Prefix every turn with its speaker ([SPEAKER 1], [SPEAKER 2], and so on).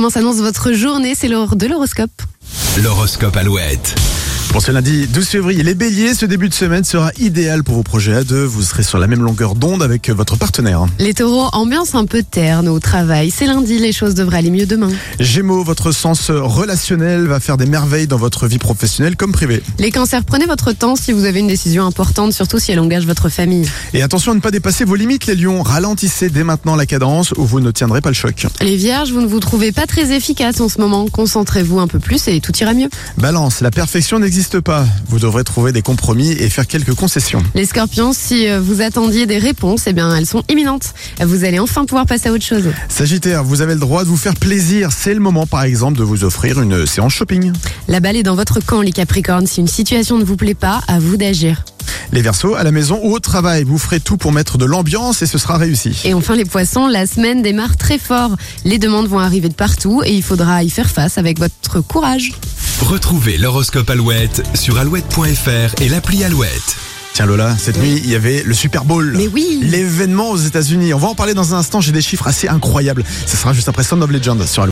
[SPEAKER 1] comment s'annonce votre journée. C'est l'heure de l'horoscope.
[SPEAKER 2] L'horoscope Alouette.
[SPEAKER 3] Pour ce lundi 12 février, les béliers, ce début de semaine sera idéal pour vos projets à deux. Vous serez sur la même longueur d'onde avec votre partenaire.
[SPEAKER 1] Les taureaux, ambiance un peu terne au travail. C'est lundi, les choses devraient aller mieux demain.
[SPEAKER 3] Gémeaux, votre sens relationnel va faire des merveilles dans votre vie professionnelle comme privée.
[SPEAKER 1] Les cancers, prenez votre temps si vous avez une décision importante, surtout si elle engage votre famille.
[SPEAKER 3] Et attention à ne pas dépasser vos limites, les lions. Ralentissez dès maintenant la cadence ou vous ne tiendrez pas le choc.
[SPEAKER 1] Les vierges, vous ne vous trouvez pas très efficace en ce moment. Concentrez-vous un peu plus et tout ira mieux.
[SPEAKER 3] Balance, la perfection n'existe pas. Vous devrez trouver des compromis et faire quelques concessions.
[SPEAKER 1] Les scorpions, si euh, vous attendiez des réponses, eh bien, elles sont imminentes. Vous allez enfin pouvoir passer à autre chose.
[SPEAKER 3] Sagittaire, vous avez le droit de vous faire plaisir. C'est le moment, par exemple, de vous offrir une séance shopping.
[SPEAKER 1] La balle est dans votre camp, les capricornes. Si une situation ne vous plaît pas, à vous d'agir.
[SPEAKER 3] Les versos, à la maison ou au travail, vous ferez tout pour mettre de l'ambiance et ce sera réussi.
[SPEAKER 1] Et enfin, les poissons, la semaine démarre très fort. Les demandes vont arriver de partout et il faudra y faire face avec votre courage.
[SPEAKER 2] Retrouvez l'horoscope Alouette sur alouette.fr et l'appli Alouette.
[SPEAKER 3] Tiens Lola, cette nuit, il y avait le Super Bowl.
[SPEAKER 1] Mais oui.
[SPEAKER 3] L'événement aux États-Unis. On va en parler dans un instant, j'ai des chiffres assez incroyables. Ce sera juste après Sound of Legend sur Alouette.